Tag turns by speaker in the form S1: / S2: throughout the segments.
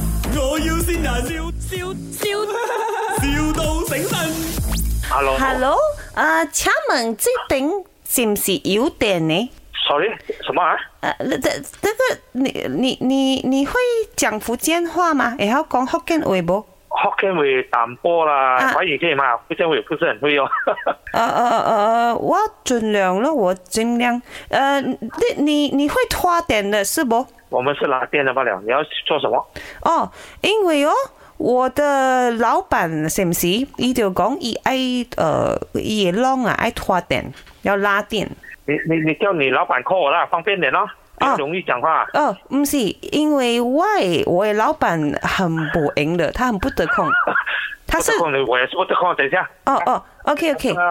S1: 要先人，笑笑笑，,笑到醒神。
S2: Hello。
S3: Hello，啊，請問即頂是唔是有點呢？
S2: Sorry，什么啊？
S3: 啊，那那那個你你你你會講福建話嗎？也要講福建話不？
S2: 福建会淡波啦，
S3: 啊
S2: 华语可以吗？福建我也不是很会哦。
S3: 呃呃呃，我盡量咯，我盡量。呃，你你你會拖點的是不？
S2: 我们是拉店的罢了，你要做什么？
S3: 哦，因為哦，我的老闆是唔是？伊就講伊愛呃，伊會浪啊，愛拖點，要拉點。
S2: 你你你叫你老板 call 我啦，方便点咯，比较
S3: 啊
S2: 容易讲话。
S3: 哦，唔是，因为我的我的老板很不赢的，他很不得 空，他
S2: 我
S3: 是
S2: 得空你，我也是我得空，等一下。
S3: 哦哦，OK OK，
S2: 啊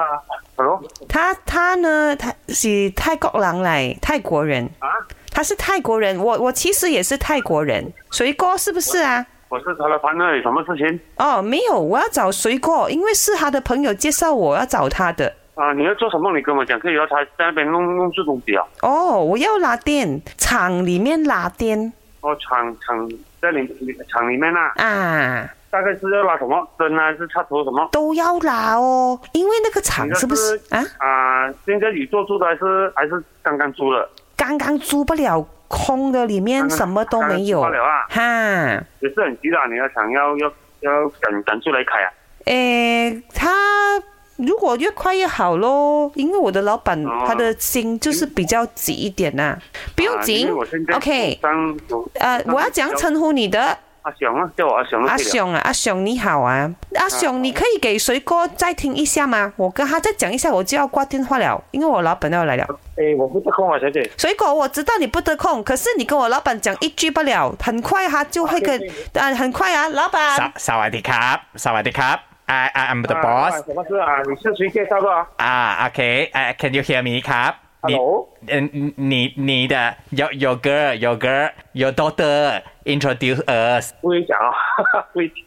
S2: ，Hello，
S3: 他他呢，他是泰国人来，泰国人
S2: 啊，
S3: 他是泰国人，我我其实也是泰国人，水哥是不是啊？
S4: 我是他的朋友，有什么事情
S3: 哦，没有，我要找水哥，因为是他的朋友介绍我要找他的。
S4: 啊？你要做什么？你跟我讲，可以要他在那边弄弄这东西啊。
S3: 哦，我要拉电，厂里面拉电
S4: 哦，厂厂在里厂里面啊，
S3: 啊，
S4: 大概是要拿什么针啊，还是插头什么
S3: 都要拉哦，因为那个
S4: 你
S3: 厂
S4: 那
S3: 是不是
S4: 是
S3: 啊？
S4: 啊？现在你做出的还是还是刚刚租的，
S3: 刚刚租不了空的，里面
S4: 刚刚
S3: 什么都没有
S4: 刚刚租不了啊
S3: 哈。
S4: 也是很急的啊。你要想要要要赶赶出来开啊？
S3: 诶，他如果越快越好咯，因为我的老板、
S4: 哦
S3: 他的心就是比较急一点呐、不用
S4: 啊因
S3: 紧、
S4: 为我现在
S3: o k
S4: 刚有
S3: 呃，我要怎样称呼你的？
S4: 阿翔啊，叫我阿翔就
S3: 阿
S4: 可以了。
S3: 雄啊，阿雄你好啊，阿雄，你可以给水哥再听一下吗？我跟他再讲一下，我就要挂电话了，因为我老板要来了。
S2: 哎，我不得空啊，小姐。
S3: 水果，我知道你不得空，可是你跟我老板讲一句不了，很快他就会跟，啊，很快啊，老板，
S5: สวัสดีครับ สวัสดีครับ I I am the
S2: 啊
S5: boss
S2: 什么事啊？你是谁介绍的啊
S5: อ่าโอเค I can you hear me ครับ你
S2: ？Hello，
S5: เอ่อ你你的 your your girl your girl your daughter introduce us
S2: 不会讲啊， 不会听。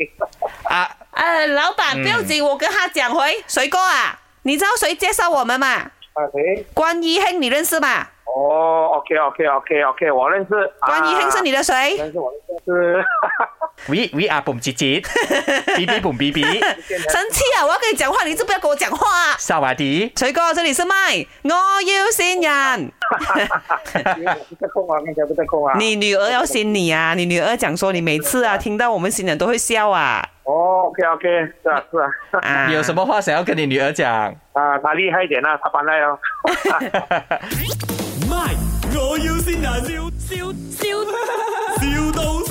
S5: อ่ะ
S3: 呃，老板，
S5: 嗯
S3: 不用紧，我跟他讲回，水哥啊，你知道谁介绍我们吗？
S2: 啊谁？
S3: 关一亨，你认识吗？
S2: 哦，OK，OK，OK，OK，我认识。啊
S3: 关一亨是你的谁？
S2: 认识我认识。
S5: we we are ปุ่มจิ จิตบีบีปุ่มบีบี
S3: 生气啊！我要跟你讲话，你就不要跟我讲话、啊。
S5: สวัสดี
S3: 水哥，这里是麦，我要新人。
S2: 不得空啊，刚才不得空啊。
S3: 你女儿要信你啊！你女儿讲说，你每次啊听到我们新人都会笑啊
S2: 哦，OK，OK，是啊，是啊。
S3: 啊！
S5: 有什么话想要跟你女儿讲
S2: 啊，他厉害一点啊，他搬来哦。
S1: 卖！我要先人，笑笑笑，,笑到